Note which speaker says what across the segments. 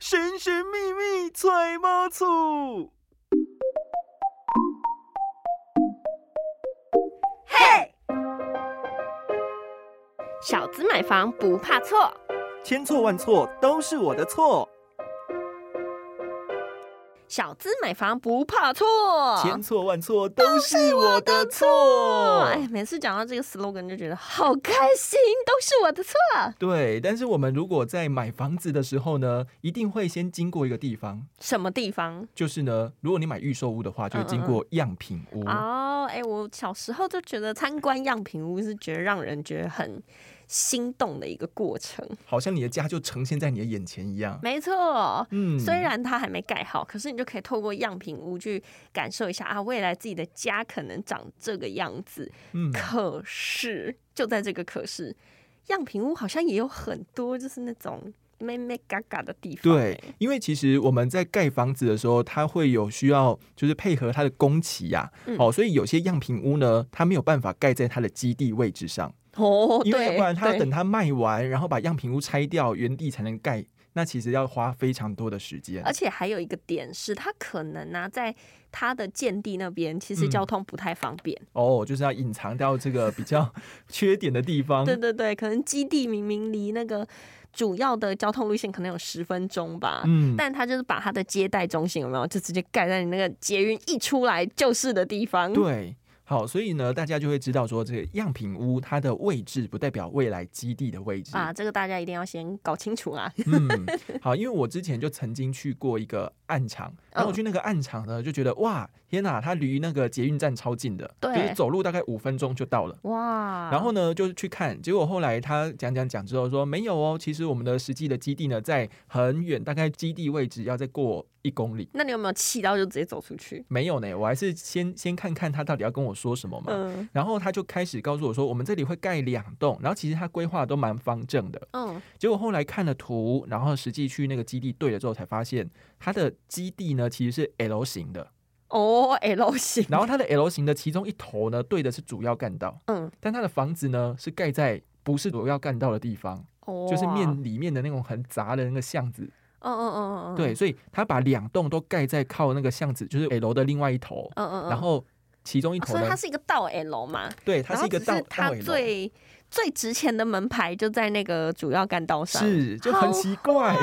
Speaker 1: 神神秘秘揣猫醋。
Speaker 2: 小资买房不怕错。
Speaker 1: 千错万错都是我的错，
Speaker 2: 小资买房不怕错。
Speaker 1: 千错万错啊都是我的错。
Speaker 2: 哎，每次讲到这个 slogan 就觉得好开心，都是我的错。
Speaker 1: 对，但是我们如果在买房子的时候呢，一定会先经过一个地方，
Speaker 2: 什么地方？
Speaker 1: 就是呢，如果你买预售屋的话，就会经过样品屋。
Speaker 2: 哦，哎，我小时候就觉得参观样品屋是觉得让人觉得很心动的一个过程。
Speaker 1: 好像你的家就呈现在你的眼前一样。
Speaker 2: 没错，
Speaker 1: 嗯，
Speaker 2: 虽然它还没盖好，可是你就可以透过样品屋去感受一下啊，未来自己的家可能长这个样子。
Speaker 1: 嗯，
Speaker 2: 可是就在这个可是，样品屋好像也有很多就是那种妹妹嘎嘎的地方、欸
Speaker 1: 对，因为其实我们在盖房子的时候，它会有需要，就是配合它的工期呀、
Speaker 2: 嗯
Speaker 1: 哦，所以有些样品屋呢，它没有办法盖在它的基地位置上，
Speaker 2: 哦，
Speaker 1: 因为要
Speaker 2: 对
Speaker 1: 不然它要
Speaker 2: 对
Speaker 1: 等它卖完，然后把样品屋拆掉，原地才能盖，那其实要花非常多的时间
Speaker 2: 而。且还有一个点是，它可能呢、在它的建地那边，其实
Speaker 1: 嗯
Speaker 2: 交通不太方便。
Speaker 1: 哦，就是要隐藏到这个比较缺点的地方。
Speaker 2: 对对对，可能基地明明离那个主要的交通路线可能有十分钟吧，
Speaker 1: 嗯，
Speaker 2: 但他就是把他的接待中心有没有，就直接盖在你那个捷运一出来就是的地方。
Speaker 1: 对。好，所以呢，大家就会知道说，这个样品屋它的位置不代表未来基地的位置
Speaker 2: 啊，这个大家一定要先搞清楚啊 啦。
Speaker 1: 嗯，好，因为我之前就曾经去过一个暗场，然
Speaker 2: 嗯
Speaker 1: 后我去那个暗场呢，就觉得哇，天哪，它离那个捷运站超近的，
Speaker 2: 对啊
Speaker 1: 就是走路大概五分钟就到了。
Speaker 2: 哇，
Speaker 1: 然后呢，就是去看，结果后来他讲讲讲之后说没有哦，其实我们的实际的基地呢在很远，大概基地位置要再过一公里。
Speaker 2: 那你有没有气到就直接走出去？
Speaker 1: 没有呢，我还是先先看看他到底要跟我说什么嘛。
Speaker 2: 嗯
Speaker 1: 然后他就开始告诉我说，我们这里会盖两栋，然后其实他规划得都蛮方正的，
Speaker 2: 嗯，
Speaker 1: 结果后来看了图，然后实际去那个基地对了之后，才发现它的基地呢其实是 L 型的，
Speaker 2: 哦，L 型，
Speaker 1: 然后它的 L 型的其中一头呢对的是主要干道，
Speaker 2: 嗯，
Speaker 1: 但它的房子呢是盖在不是主要干道的地方，
Speaker 2: 哦，
Speaker 1: 就是面，里面的那种很杂的那个巷子。
Speaker 2: 嗯嗯嗯嗯，
Speaker 1: 对，，所以他把两栋都盖在靠那个巷子，就是 L 的另外一头，
Speaker 2: 嗯嗯嗯，
Speaker 1: 然后其中一
Speaker 2: 哦
Speaker 1: 头
Speaker 2: 所以
Speaker 1: 呢
Speaker 2: 它，是一个倒 L 嘛，
Speaker 1: 对，它
Speaker 2: 然
Speaker 1: 是
Speaker 2: 后
Speaker 1: 一个
Speaker 2: 只
Speaker 1: 道
Speaker 2: 是
Speaker 1: 道
Speaker 2: 它
Speaker 1: L。
Speaker 2: 最最值钱的门牌就在那个主要干道上。
Speaker 1: 是，就很
Speaker 2: 好
Speaker 1: 奇怪，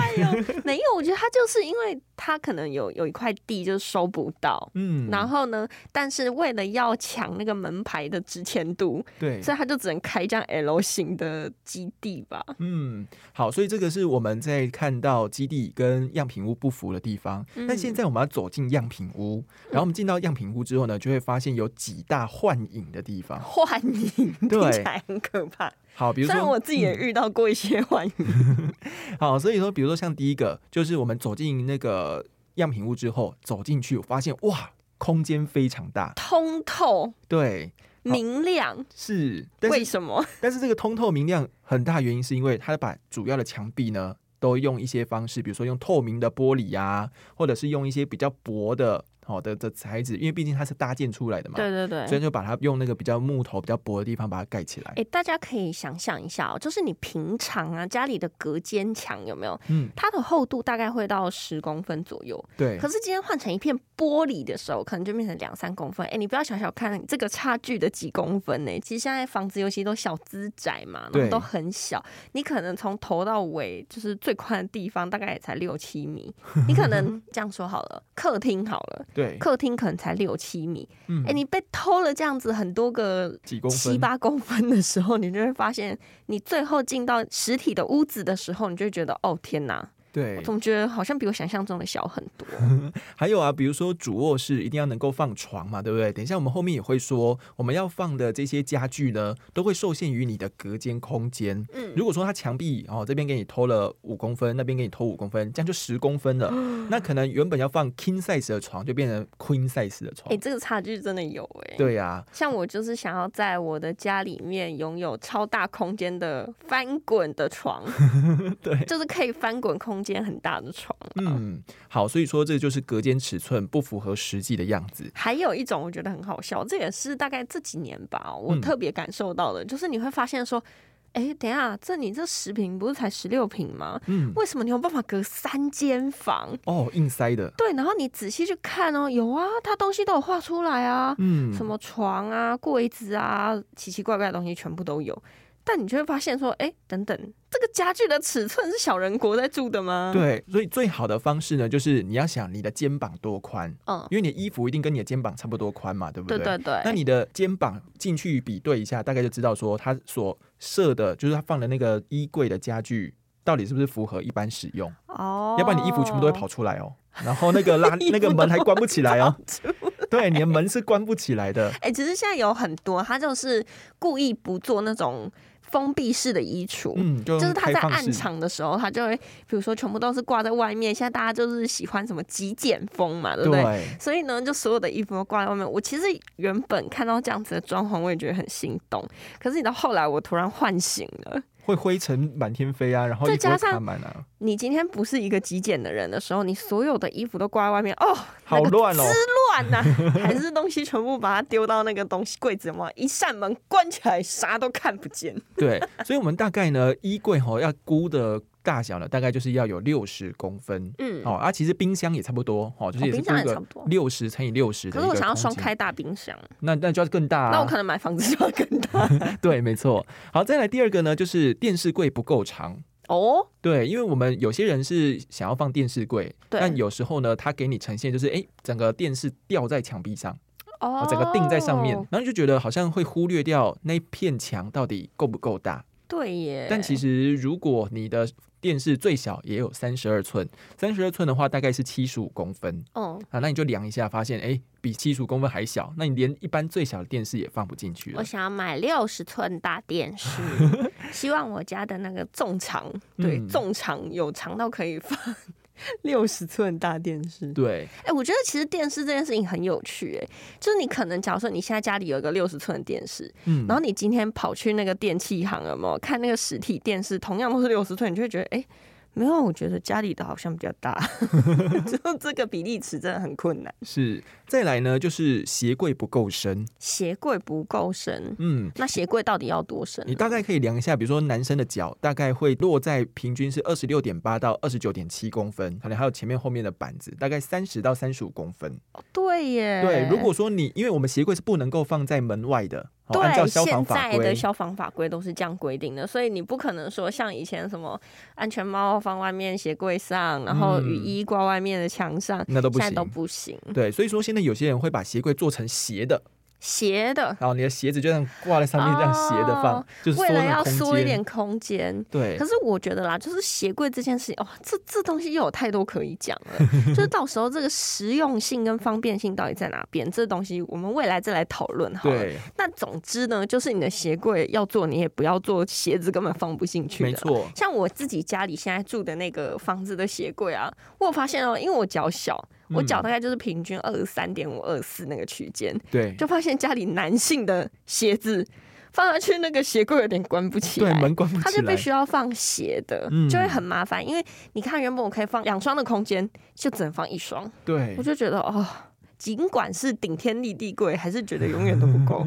Speaker 2: 没有，我觉得它就是因为它可能有有一块地就收不到。
Speaker 1: 嗯，
Speaker 2: 然后呢？但是为了要抢那个门牌的值钱度，
Speaker 1: 对，
Speaker 2: 所以它就只能开这样 L 型的基地 吧。
Speaker 1: 嗯，好，所以这个是我们在看到基地跟样品屋不符的地方。
Speaker 2: 嗯
Speaker 1: 但现在我们要走进样品屋，然后我们进到样品屋之后呢，就会发现有几大幻影的地方。
Speaker 2: 幻影听
Speaker 1: 对
Speaker 2: 起来很可怕，
Speaker 1: 好，比如
Speaker 2: 虽然
Speaker 1: 说嗯
Speaker 2: 我自己也遇到过一些 幻影。
Speaker 1: 好，所以说，比如说像第一个，就是我们走进那个样品屋之后，走进去，我发现哇，空间非常大，
Speaker 2: 通透、
Speaker 1: 对，
Speaker 2: 明亮，
Speaker 1: 是，但
Speaker 2: 为
Speaker 1: 是
Speaker 2: 什么？
Speaker 1: 但是这个通透明亮很大原因是因为它把主要的墙壁呢。都用一些方式，比如说用透明的玻璃呀、或者是用一些比较薄的好、的的材质，因为毕竟它是搭建出来的嘛，
Speaker 2: 对对
Speaker 1: 所以就把它用那个比较木头、比较薄的地方把它盖起来
Speaker 2: 哎、。大家可以想象一下哦，就是你平常啊家里的隔间墙有没有？
Speaker 1: 嗯，
Speaker 2: 它的厚度大概会到十公分左右，
Speaker 1: 对，
Speaker 2: 可是今天换成一片玻璃的时候，可能就变成两三公分。哎、你不要小小看这个差距的几公分呢、其实现在房子尤其都小资宅嘛，然
Speaker 1: 对
Speaker 2: 后都很小，你可能从头到尾就是最宽的地方大概也才六七 米。你可能这样说好了，客厅好了，
Speaker 1: 对，
Speaker 2: 客厅可能才六七米。
Speaker 1: 嗯
Speaker 2: 哎、，你被偷了这样子很多个
Speaker 1: 几公
Speaker 2: 七
Speaker 1: 分，
Speaker 2: 八公分的时候，你就会发现，你最后进到实体的屋子的时候，你就会觉得，哦天哪，我
Speaker 1: 对。
Speaker 2: 总觉得好像比我想象中的小很 多。
Speaker 1: 还有啊，比如说主卧室一定要能够放床嘛，对不对？等一下我们后面也会说，我们要放的这些家具呢，都会受限于你的隔间空间。
Speaker 2: 嗯
Speaker 1: 如果说它墙壁哦这边给你偷了五公分，那边给你偷五公分，这样就十公分了。
Speaker 2: 嗯
Speaker 1: 那可能原本要放 king size 的床，就变成 queen size 的
Speaker 2: 哎、
Speaker 1: 床。
Speaker 2: 这个差距真的有哎、
Speaker 1: 对啊呀、
Speaker 2: 像我就是想要在我的家里面拥有超大空间的翻滚的 床，
Speaker 1: 对，
Speaker 2: 就是可以翻滚空间很大的床、嗯，
Speaker 1: 嗯，好，所以说这就是隔间尺寸不符合实际的样子。
Speaker 2: 还有一种我觉得很好笑，这也是大概这几年吧，我
Speaker 1: 嗯
Speaker 2: 特别感受到的，就是你会发现说。哎，等一下，这你这十平不是才十六平吗？
Speaker 1: 嗯，
Speaker 2: 为什么你有办法隔三间房？
Speaker 1: 哦，硬塞的，
Speaker 2: 对，然后你仔细去看哦，有啊，他东西都有画出来啊，
Speaker 1: 嗯，
Speaker 2: 什么床啊、柜子啊，奇奇怪怪的东西全部都有。但你就会发现说，哎，等等，这个家具的尺寸是小人国在住的吗？，
Speaker 1: 对，所以最好的方式呢，就是你要想你的肩膀多宽，
Speaker 2: 嗯，
Speaker 1: 因为你的衣服一定跟你的肩膀差不多宽嘛，对不
Speaker 2: 对对对。
Speaker 1: 那你的肩膀进去比对一下，大概就知道说它所设的，就是它放的那个衣柜的家具，到底是不是符合一般使用？
Speaker 2: 哦，
Speaker 1: 要不然你衣服全部都会跑出来哦，然后那个 拉那个门还关不起来哦，对，你的门是关不起来的。
Speaker 2: 哎、其实现在有很多，他就是故意不做那种封闭式的衣橱。
Speaker 1: 嗯，就
Speaker 2: 就是
Speaker 1: 用
Speaker 2: 他
Speaker 1: 开
Speaker 2: 在
Speaker 1: 放
Speaker 2: 暗
Speaker 1: 式，
Speaker 2: 场的时候，他就会，比如说全部都是挂在外面。现在大家就是喜欢什么极简风嘛，对不对？
Speaker 1: 对，
Speaker 2: 所以呢，就所有的衣服都挂在外面。我其实原本看到这样子的装潢，我也觉得很心动。可是你到后来，我突然唤醒了，
Speaker 1: 会灰尘满天飞啊，然后
Speaker 2: 再
Speaker 1: 衣服会
Speaker 2: 加上
Speaker 1: 爬满啊，
Speaker 2: 你今天不是一个极简的人的时候，你所有的衣服都挂在外面，哦，
Speaker 1: 好乱哦。
Speaker 2: 乱呐、 还是东西全部把它丢到那个东西柜子嘛，一扇门关起来，啥都看不见。
Speaker 1: 对，所以我们大概呢，衣柜吼、要估的大小呢，大概就是要有六十公分。
Speaker 2: 嗯，
Speaker 1: 哦，啊，其实冰箱也差不多，哦，就是
Speaker 2: 哦
Speaker 1: 也是
Speaker 2: 冰箱
Speaker 1: 估
Speaker 2: 也
Speaker 1: 一
Speaker 2: 差
Speaker 1: 个
Speaker 2: 不多
Speaker 1: 六十乘以六十的
Speaker 2: 可
Speaker 1: 一
Speaker 2: 是
Speaker 1: 个
Speaker 2: 我想要
Speaker 1: 空
Speaker 2: 双
Speaker 1: 间
Speaker 2: 开大冰箱，
Speaker 1: 那那就要更大、啊。
Speaker 2: 那我可能买房子就要 更大
Speaker 1: 对，没错。好，再来第二个呢，就是电视柜不够长。
Speaker 2: 哦。
Speaker 1: 对，因为我们有些人是想要放电视柜，
Speaker 2: 对
Speaker 1: 但有时候呢，它给你呈现就是，哎，整个电视吊在墙壁上，啊
Speaker 2: 哦
Speaker 1: 整个钉在上面，然后就觉得好像会忽略掉那片墙到底够不够大。
Speaker 2: 对耶。
Speaker 1: 但其实如果你的电视最小也有三十二寸，三十二寸的话大概是七十五公分
Speaker 2: 嗯，
Speaker 1: 啊，那你就量一下，发现哎，诶比七十五公分还小，那你连一般最小的电视也放不进去了
Speaker 2: 我。想要买六十寸大 电视，希望我家的那个纵长，对，
Speaker 1: 嗯
Speaker 2: 纵长有长到可以放 六十寸大电视。
Speaker 1: 对，
Speaker 2: 哎、我觉得其实电视这件事情很有趣、哎，就是你可能假如说你现在家里有一个六十寸的电视，
Speaker 1: 嗯，
Speaker 2: 然后你今天跑去那个电器行了嘛，看那个实体电视，同样都是六十寸，你就会觉得哎。没有，我觉得家里的好像比较 大， 就这个比例尺真的很困难。
Speaker 1: 是，再来呢，就是鞋柜不够深。
Speaker 2: 鞋柜不够深，
Speaker 1: 嗯，
Speaker 2: 那鞋柜到底要多深呢？啊
Speaker 1: 你大概可以量一下，比如说男生的脚大概会落在平均是二十六点八到二十九点七公分，可能还有前面后面的板子，大概三十到三十五公分。
Speaker 2: 对耶，
Speaker 1: 对，如果说你因为我们鞋柜是不能够放在门外的，哦、按照
Speaker 2: 对
Speaker 1: 消防
Speaker 2: 现
Speaker 1: 法
Speaker 2: 在
Speaker 1: 规
Speaker 2: 的。消防法规都是这样规定的，所以你不可能说像以前什么安全帽放外面鞋柜上，然后雨
Speaker 1: 嗯
Speaker 2: 衣挂外面的墙上，
Speaker 1: 那都不
Speaker 2: 现在
Speaker 1: 行
Speaker 2: 都不行。
Speaker 1: 对，所以说现在有些人会把鞋柜做成斜的，
Speaker 2: 斜的，
Speaker 1: 然后你的鞋子就这样挂在上面，这样斜的放，
Speaker 2: 哦
Speaker 1: 就是缩
Speaker 2: 为了
Speaker 1: 那
Speaker 2: 要
Speaker 1: 个空
Speaker 2: 缩一
Speaker 1: 间。
Speaker 2: 点空间。
Speaker 1: 对
Speaker 2: 可，是我觉得啦，就是鞋柜这件事情，哦，这这东西又有太多可以讲了。 就是到时候这个实用性跟方便性到底在哪边，这东西我们未来再来讨论好了。
Speaker 1: 对，
Speaker 2: 那总之呢，就是你的鞋柜要做，你也不要做鞋子根本放不进去的。
Speaker 1: 没。错，
Speaker 2: 像我自己家里现在住的那个房子的鞋柜啊，我有发现哦、因为我脚小，我脚
Speaker 1: 嗯
Speaker 2: 大概就是平均二十三点五、二四那个区间，
Speaker 1: 对，
Speaker 2: 就发现家里男性的鞋子放下去那个鞋柜有点关不起
Speaker 1: 对
Speaker 2: 来，
Speaker 1: 门关不
Speaker 2: 他
Speaker 1: 起
Speaker 2: 就必
Speaker 1: 来。
Speaker 2: 须要放鞋的，
Speaker 1: 嗯
Speaker 2: 就会很麻烦。因为你看，原本我可以放两双的空间，就只能放一双，
Speaker 1: 对
Speaker 2: 我，就觉得哦。尽管是顶天立地柜，还是觉得永远都不 够。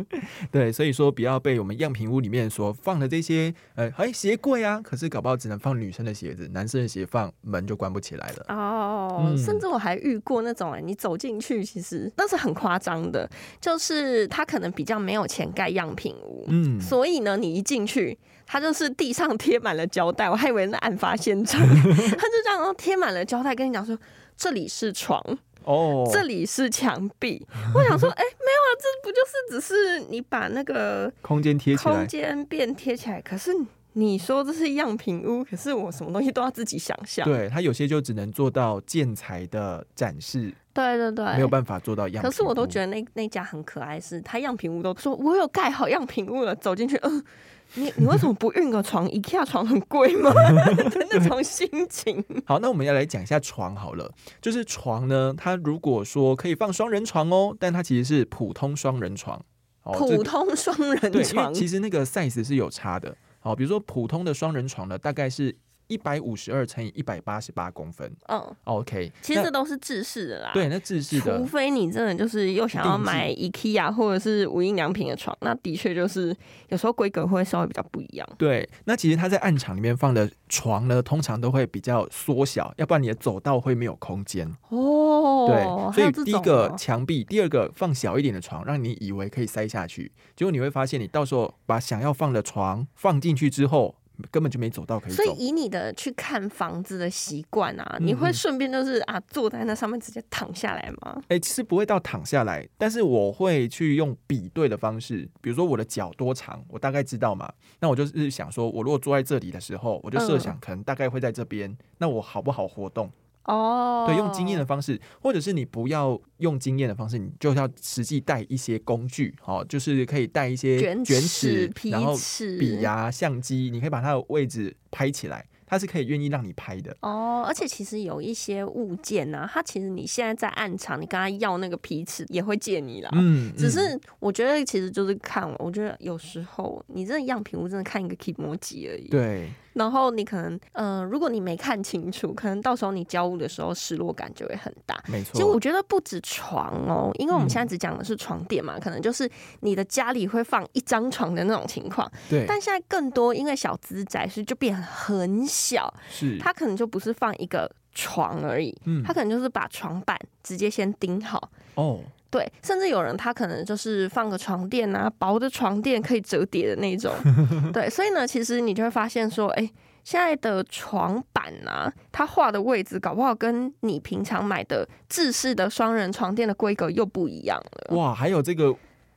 Speaker 1: 对，所以说不要被我们样品屋里面所放的这些呃，哎鞋柜啊，可是搞不好只能放女生的鞋子，男生的鞋放门就关不起来了。
Speaker 2: 哦，
Speaker 1: 嗯
Speaker 2: 甚至我还遇过那种、哎，你走进去，其实那是很夸张的，就是他可能比较没有钱盖样品屋，
Speaker 1: 嗯，
Speaker 2: 所以呢，你一进去，他就是地上贴满了胶带，我还以为是案发 现场，他就这样然后贴满了胶带，跟你讲说这里是床，
Speaker 1: 哦，
Speaker 2: 这里是墙壁。我想说，哎、没有啊，这不就是只是你把那个
Speaker 1: 空间贴起
Speaker 2: 空
Speaker 1: 来，
Speaker 2: 间变贴起来？可是你说这是样品屋，可是我什么东西都要自己想象。
Speaker 1: 对，它有些就只能做到建材的展示，
Speaker 2: 对对对，
Speaker 1: 没有办法做到样品屋。
Speaker 2: 哎可是我都觉得那那家很可爱是，他样品屋都说我有盖好样品屋了，走进去，嗯、 你你为什么不运个床？IKEA 床很贵 吗？的那种心情，
Speaker 1: 好，那我们要来讲一下床好了，就是床呢，它如果说可以放双人床哦，但它其实是普通双人床，哦，这
Speaker 2: 普通双
Speaker 1: 对，
Speaker 2: 人
Speaker 1: 因为
Speaker 2: 床，
Speaker 1: 哦其实那个 size 是有差的。好，比如说普通的双人床呢，大概是一百五十二乘以一百八十八公分。哦
Speaker 2: 嗯，
Speaker 1: OK，
Speaker 2: 其实
Speaker 1: 那
Speaker 2: 这都是制式的啦。
Speaker 1: 对，那制式
Speaker 2: 除
Speaker 1: 的
Speaker 2: 非你真的就是又想要
Speaker 1: 定制
Speaker 2: 买 IKEA 或者是无印良品的床，那的确就是有时候规格会稍微比较不一样。
Speaker 1: 对，那其实它在暗场里面放的床呢，通常都会比较缩小，要不然你的走道会没有空间。
Speaker 2: 哦
Speaker 1: 对，，所
Speaker 2: 还有
Speaker 1: 以
Speaker 2: 这
Speaker 1: 第一
Speaker 2: 种
Speaker 1: 个
Speaker 2: 哦
Speaker 1: 墙壁，第二个放小一点的床，让你以为可以塞下去，结果你会发现，你到时候把想要放的床放进去之后，根本就没走道可以
Speaker 2: 所以
Speaker 1: 走。
Speaker 2: 以你的去看房子的习惯啊，
Speaker 1: 嗯
Speaker 2: 你会
Speaker 1: 嗯
Speaker 2: 顺便就是啊坐在那上面直接躺下来吗？
Speaker 1: 哎，其实不会到躺下来，但是我会去用比对的方式，比如说我的脚多长，我大概知道嘛。那我就是想说，我如果坐在这里的时候，我就设
Speaker 2: 嗯
Speaker 1: 想可能大概会在这边，那我好不好活动？
Speaker 2: 哦，
Speaker 1: 对，用经验的方式，或者是你不要用经验的方式，你就要实际带一些工具，哦，就是可以带一些
Speaker 2: 卷
Speaker 1: 卷
Speaker 2: 尺
Speaker 1: 尺、
Speaker 2: 皮
Speaker 1: 然后
Speaker 2: 尺、
Speaker 1: 笔呀、相机，你可以把它的位置拍起来，它是可以愿意让你拍的。
Speaker 2: 哦，而且其实有一些物件呢、啊，它其实你现在在暗场，你跟他要那个皮尺也会借你啦。
Speaker 1: 嗯，
Speaker 2: 哦只
Speaker 1: 嗯
Speaker 2: 是我觉得其实就是看我，我觉得有时候你这样品屋真的看一个 key 模级而已。。
Speaker 1: 对，
Speaker 2: 然后你可能，呃，如果你没看清楚，可能到时候你交屋的时候失落感就会很大。
Speaker 1: 没
Speaker 2: 其实我
Speaker 1: 错，
Speaker 2: 觉得不止床哦，因为我们
Speaker 1: 嗯
Speaker 2: 现在只讲的是床垫嘛，可能就是你的家里会放一张床的那种情况。
Speaker 1: 对，
Speaker 2: 但现在更多因为小资宅是就变很小，
Speaker 1: 是
Speaker 2: 它可能就不是放一个床而已，
Speaker 1: 嗯
Speaker 2: 它可能就是把床板直接先钉好。
Speaker 1: 哦，
Speaker 2: 对，甚至有人他可能就是放个床垫啊，薄的床垫可以折叠的那种。 对，所以呢，其实你就会发现说，哎、现在的床板啊，它画的位置搞不好跟你平常买的制式的双人床垫的规格又不一样了。
Speaker 1: 哇，还有这个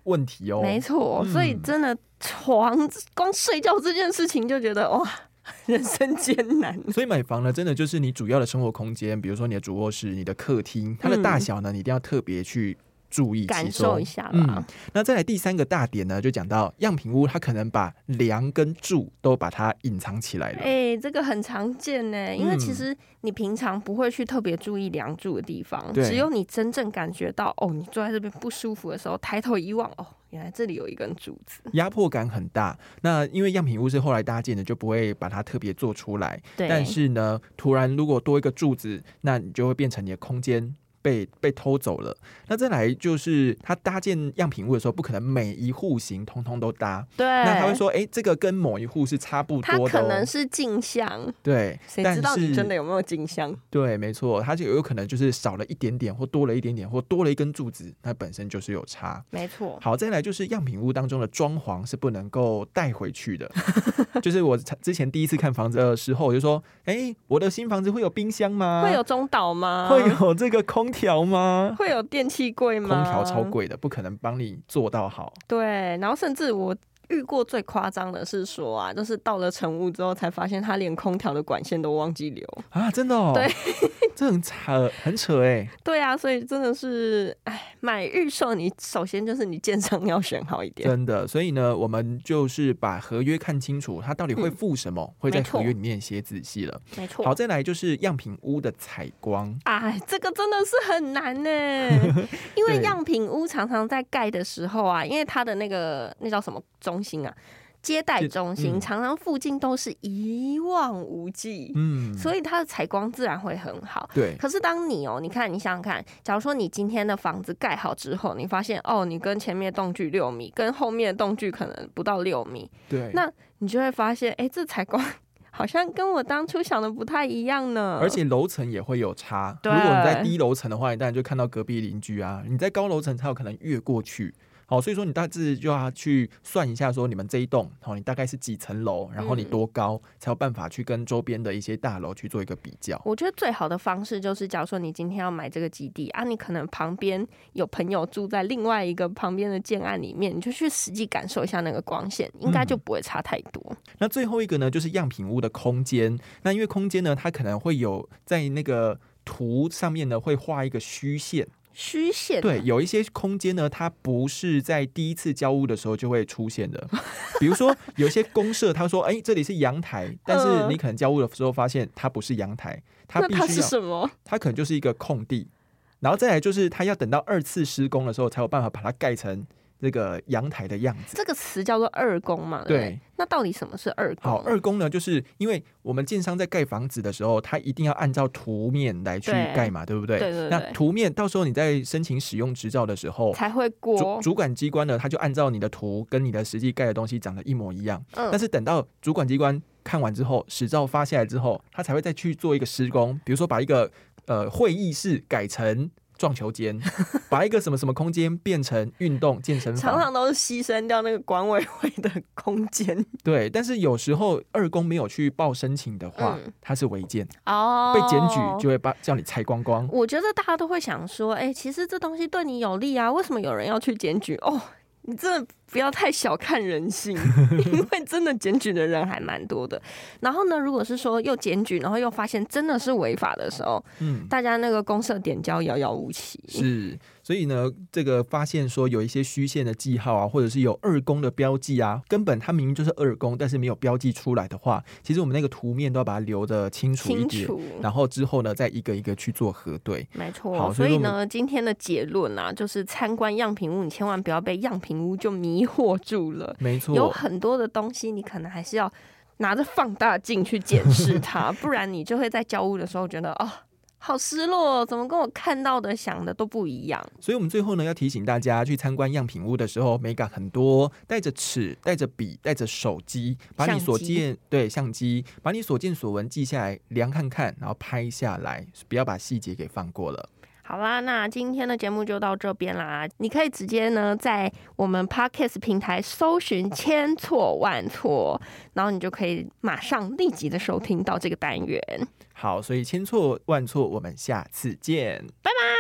Speaker 1: 问题哦，
Speaker 2: 呃没错，所以
Speaker 1: 嗯
Speaker 2: 真的床光睡觉这件事情就觉得哇， 人生艰难。
Speaker 1: 所以买房呢，真的就是你主要的生活空间，比如说你的主卧室、你的客厅，它的大小呢，你一定要特别去注意
Speaker 2: 嗯感
Speaker 1: 其
Speaker 2: 受
Speaker 1: 中
Speaker 2: 一。下吧。
Speaker 1: 嗯，那再来第三个大点呢，就讲到样品屋，它可能把梁跟柱都把它隐藏起来了。
Speaker 2: 哎、这个很常见呢，因为其
Speaker 1: 嗯
Speaker 2: 实你平常不会去特别注意梁柱的地方，
Speaker 1: 对
Speaker 2: 只有你真正感觉到哦，你坐在这边不舒服的时候，抬头一望，哦，原来这里有一根柱子。
Speaker 1: 压迫感很大，那因为样品屋是后来搭建的，就不会把它特别做出来。
Speaker 2: 对
Speaker 1: 但是呢，突然如果多一个柱子，那你就会变成你的空间被被偷走了。那再来就是，它搭建样品屋的时候，不可能每一户型通通都搭，
Speaker 2: 对，
Speaker 1: 那他会说，哎、这个跟某一户是差不
Speaker 2: 它
Speaker 1: 多的、
Speaker 2: 可能
Speaker 1: 哦，
Speaker 2: 是镜像，
Speaker 1: 对，
Speaker 2: 谁
Speaker 1: 但
Speaker 2: 知道你
Speaker 1: 是
Speaker 2: 真的有没有镜像？
Speaker 1: 对，没错，它就有可能就是少了一点点，或多了一点点，或多了一根柱子，那本身就是有差。
Speaker 2: 没错，
Speaker 1: 好，再来就是样品屋当中的装潢是不能够带回去 的，就是我之前第一次看房子的时候，我就说，哎、我的新房子会有冰箱吗？
Speaker 2: 会有中岛吗？
Speaker 1: 会有这个空调吗？
Speaker 2: 会有电器柜
Speaker 1: 空
Speaker 2: 吗？
Speaker 1: 调超。贵的，不可能帮你做到好。
Speaker 2: 对，然后甚至我。遇过最夸张的是说啊，就是到了成屋之后才发现他连空调的管线都忘记留。
Speaker 1: 啊，真的哦，
Speaker 2: 对，
Speaker 1: 这很扯，很扯哎、
Speaker 2: 对啊，所以真的是，哎，买预售你首先就是你建商要选好一 点。
Speaker 1: 真的，所以呢，我们就是把合约看清楚，它到底
Speaker 2: 嗯
Speaker 1: 会附什么，会在合约里面写仔细了。
Speaker 2: 没错
Speaker 1: 好，再来就是样品屋的采光，
Speaker 2: 哎，这个真的是很难 呢，因为
Speaker 1: 对
Speaker 2: 样品屋常常在盖的时候啊，因为它的那个那叫什么中心啊，接待
Speaker 1: 是
Speaker 2: 中心，
Speaker 1: 嗯
Speaker 2: 常常附近都是一望无际，
Speaker 1: 嗯，
Speaker 2: 所以它的采光自然会很好。
Speaker 1: 对，
Speaker 2: 可是当你哦，你看，你想想看，假如说你今天的房子盖好之后，你发现哦，你跟前面的栋距六米，跟后面的栋距可能不到六米，
Speaker 1: 对，
Speaker 2: 那你就会发现，哎、这采光 好像跟我当初想的不太一样呢。
Speaker 1: 而且楼层也会有差。
Speaker 2: 呃对
Speaker 1: 如果你在低楼层的话，你当然就看到隔壁邻居啊；你在高楼层才有可能越过去。好，所以说你大致就要去算一下，说你们这一栋，好，你大概是几层楼，然后你
Speaker 2: 嗯
Speaker 1: 多高，才有办法去跟周边的一些大楼去做一个比较。
Speaker 2: 我觉得最好的方式就是，假如说你今天要买这个基地啊，你可能旁边有朋友住在另外一个旁边的建案里面，你就去实际感受一下那个光线，应该
Speaker 1: 嗯
Speaker 2: 就不会差太多。
Speaker 1: 那最后一个呢，就是样品屋的空间。那因为空间呢，它可能会有在那个图上面呢会画一个虚线。
Speaker 2: 虚线
Speaker 1: 对，有一些空间呢，它不是在第一次交屋的时候就会出现的。比如 说，有些公社他说，哎、这里是阳台，但是
Speaker 2: 嗯
Speaker 1: 你可能交屋的时候发现它不是阳台，它
Speaker 2: 那
Speaker 1: 必
Speaker 2: 它
Speaker 1: 须
Speaker 2: 是
Speaker 1: 要，
Speaker 2: 什么？
Speaker 1: 它可能就是一个空地。然后再来就是，它要等到二次施工的时候，才有办法把它盖成这个阳台的样子。
Speaker 2: 这个词叫做二宫嘛，对不嗯对
Speaker 1: 对，
Speaker 2: 那到底什么是二宫？
Speaker 1: 好，二宫呢，就是因为我们建商在盖房子的时候，它一定要按照图面来去
Speaker 2: 对
Speaker 1: 盖嘛，对不对？
Speaker 2: 对对对
Speaker 1: 那图面到时候你在申请使用执照的时候，
Speaker 2: 才会
Speaker 1: 主
Speaker 2: 过，
Speaker 1: 主管机关呢，它就按照你的图跟你的实际盖的东西长得一模一样。
Speaker 2: 嗯
Speaker 1: 但是等到主管机关看完之后，实照发下来之后，他才会再去做一个施工，比如说把一个呃会议室改成撞球 间，把一个什么什么空间变成运动健身
Speaker 2: 常
Speaker 1: 房。
Speaker 2: 常都是牺牲掉那个管委会的 空间
Speaker 1: 对，但是有时候二公没有去报申请的话，
Speaker 2: 嗯
Speaker 1: 它是违建，
Speaker 2: 哦
Speaker 1: 被检举就会把叫你拆光光。
Speaker 2: 我觉得大家都会想说，哎、其实这东西对你有利啊，为什么有人要去检举？哦，你真的不要太小看人性， 因为真的检举的人还蛮多的。然后呢，如果是说又检举，然后又发现真的是违法的时候，
Speaker 1: 嗯。
Speaker 2: 大家那个公社点交遥遥无期。
Speaker 1: 是，所以呢，这个发现说有一些虚线的记号啊，或者是有二宫的标记啊，根本它明明就是二宫，但是没有标记出来的话，其实我们那个图面都要把它留的清楚一
Speaker 2: 清
Speaker 1: 点，
Speaker 2: 楚，
Speaker 1: 然后之后呢，再一个一个去做核对。
Speaker 2: 没错。
Speaker 1: 好
Speaker 2: 所
Speaker 1: 所以
Speaker 2: 以
Speaker 1: 我们
Speaker 2: 呢，今天的结论啊，就是参观样品屋，你千万不要被样品屋就迷惑住了。
Speaker 1: 没
Speaker 2: 有
Speaker 1: 错，
Speaker 2: 很多的东西，你可能还是要拿着放大镜去检视它，不然你就会在交屋的时候觉得哦，好失落、哦，怎么跟我看到的、想的都不一样？
Speaker 1: 所以我们最后呢要提醒大家，去参观样品屋的时候，美感很多，带着尺、带着笔、带着手机，把
Speaker 2: 相
Speaker 1: 你所
Speaker 2: 机
Speaker 1: 见对相机，把你所见所闻记下来，量看看，然后拍下来，不要把细节给放过了。
Speaker 2: 好啦，那今天的节目就到这边啦。你可以直接呢在我们 Podcast 平台搜寻“千错万错”，然后你就可以马上立即的收听到这个单元。
Speaker 1: 好，所以千错万错，我们下次见。
Speaker 2: 拜拜。